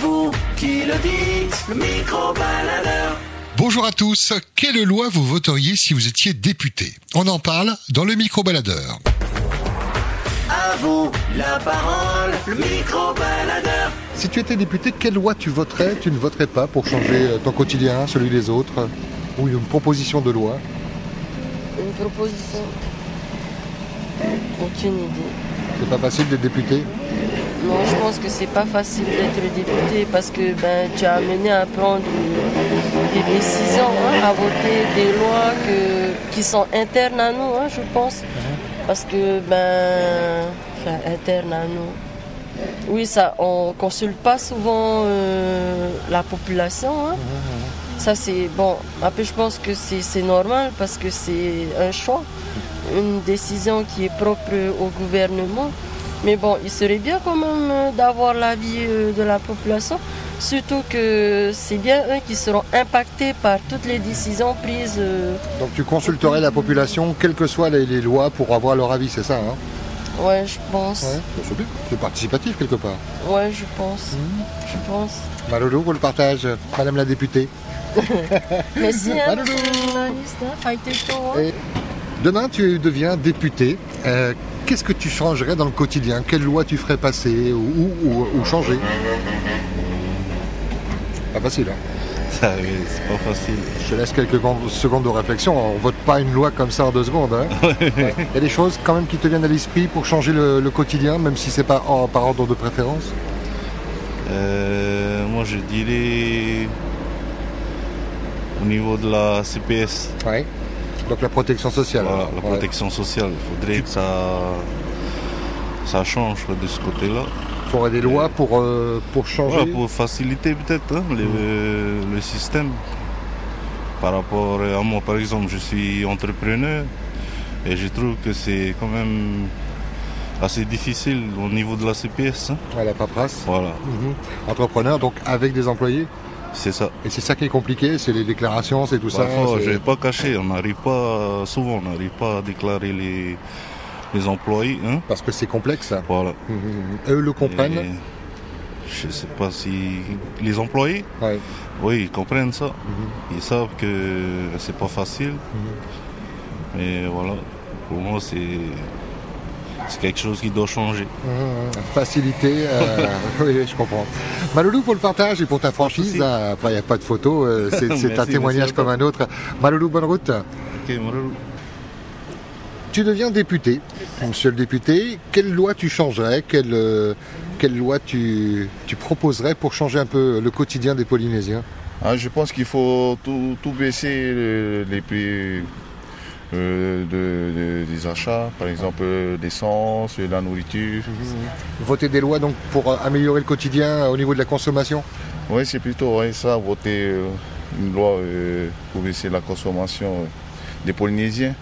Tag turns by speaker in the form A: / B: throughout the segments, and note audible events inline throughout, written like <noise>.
A: vous qui le dites, le micro-baladeur.
B: Bonjour à tous. Quelle loi vous voteriez si vous étiez député On en parle dans le micro-baladeur.
A: À vous la parole, le micro-baladeur.
B: Si tu étais député, quelle loi tu voterais, tu ne voterais pas pour changer euh, ton quotidien, celui des autres euh, Ou une proposition de loi
C: Une proposition Aucune idée.
B: C'est pas facile d'être député
C: Non, je pense que c'est pas facile d'être député parce que ben, tu as amené à prendre euh, des décisions, hein, à voter des lois que, qui sont internes à nous, hein, je pense. Parce que, ben, enfin, internes à nous. Oui, ça, on consulte pas souvent euh, la population. hein. Ça, c'est bon. Après, je pense que c'est c'est normal parce que c'est un choix, une décision qui est propre au gouvernement. Mais bon, il serait bien quand même euh, d'avoir l'avis euh, de la population, surtout que c'est bien eux qui seront impactés par toutes les décisions prises. euh,
B: Donc tu consulterais la population, quelles que soient les, les lois, pour avoir leur avis, c'est ça hein
C: Ouais, je pense.
B: Ouais, bah, c'est bien. C'est participatif quelque part.
C: Ouais, je pense.
B: Mmh.
C: Je pense.
B: Maloulou pour le partage, Madame la députée. <laughs>
C: Merci.
B: Pas
C: Hein,
B: de
C: monsieur le journaliste, hein. Fightez chaud, hein.
B: Et demain tu deviens député. Euh, Qu'est-ce que tu changerais dans le quotidien Quelle loi tu ferais passer ou, ou- ou- ou changer Pas facile. hein.
D: Ça, oui, c'est pas facile.
B: Je te laisse quelques grandes- secondes de réflexion. On vote pas une loi comme ça en deux secondes.
D: <laughs>
B: hein. Ouais. Il y a des choses quand même qui te viennent à l'esprit pour changer le, le quotidien, même si c'est pas en- par ordre de préférence.
D: Euh, moi, je dirais au niveau de la CPS,
B: Ouais. Donc la protection sociale.
D: voilà,
B: Ouais.
D: la protection sociale. Il faudrait que ça, ça change de ce côté-là.
B: Il faudrait des lois pour, euh, pour changer.
D: Voilà, pour faciliter peut-être hein, le, le système. Par rapport à moi, par exemple, je suis entrepreneur et je trouve que c'est quand même assez difficile au niveau de la CPS. hein.
B: Ouais, la paperasse.
D: Voilà,
B: Mhm. Entrepreneur, donc avec des employés.
D: c'est ça.
B: Et c'est ça qui est compliqué, c'est les déclarations, c'est tout ça.
D: Bah, faut-
B: c'est-
D: je vais pas cacher, on n'arrive pas, souvent on n'arrive pas à déclarer les, les employés. Hein
B: Parce que c'est complexe. ça.
D: voilà.
B: Mhm. Eux le comprennent.
D: Et je sais pas si les employés,
B: Ouais.
D: oui, ils comprennent ça.
B: Mhm.
D: Ils savent que c'est pas facile. Mais voilà, pour moi c'est c'est quelque chose qui doit changer.
B: Mhm. Facilité, euh, <laughs> oui, oui, je comprends. Maloulou, pour le partage et pour ta franchise,
D: souci.
B: hein, après il n'y a pas de photo,
D: <laughs>
B: euh, c'est c'est un
D: Merci,
B: témoignage
D: merci à toi.
B: comme un autre. Maloulou, bonne route.
D: Ok, Marou.
B: Tu deviens député, monsieur le député. Quelle loi tu changerais quelle, euh, quelle loi tu, tu proposerais pour changer un peu le quotidien des Polynésiens
E: Ah, je pense qu'il faut tout, tout baisser le- les prix euh, de- de- des achats, par exemple euh, l'essence, la nourriture.
B: Voter des lois donc pour euh, améliorer le quotidien euh, au niveau de la consommation
E: Oui, c'est plutôt ouais, ça, voter euh, une loi euh, pour baisser la consommation euh, des Polynésiens.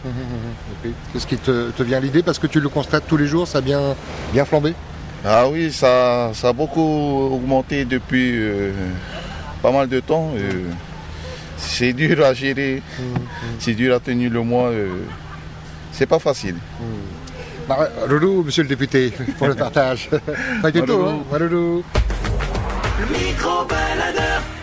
B: C'est ce qui te, te vient à l'idée parce que tu le constates tous les jours, ça a bien, bien flambé
E: Ah oui, ça, ça a beaucoup augmenté depuis euh, pas mal de temps. euh. c'est dur à gérer, c'est dur à tenir le mois. euh. c'est pas facile.
B: Bah, Loulou, monsieur le député, pour le partage. Pas du tout, hein, Maloulou.
A: Le micro-baladeur.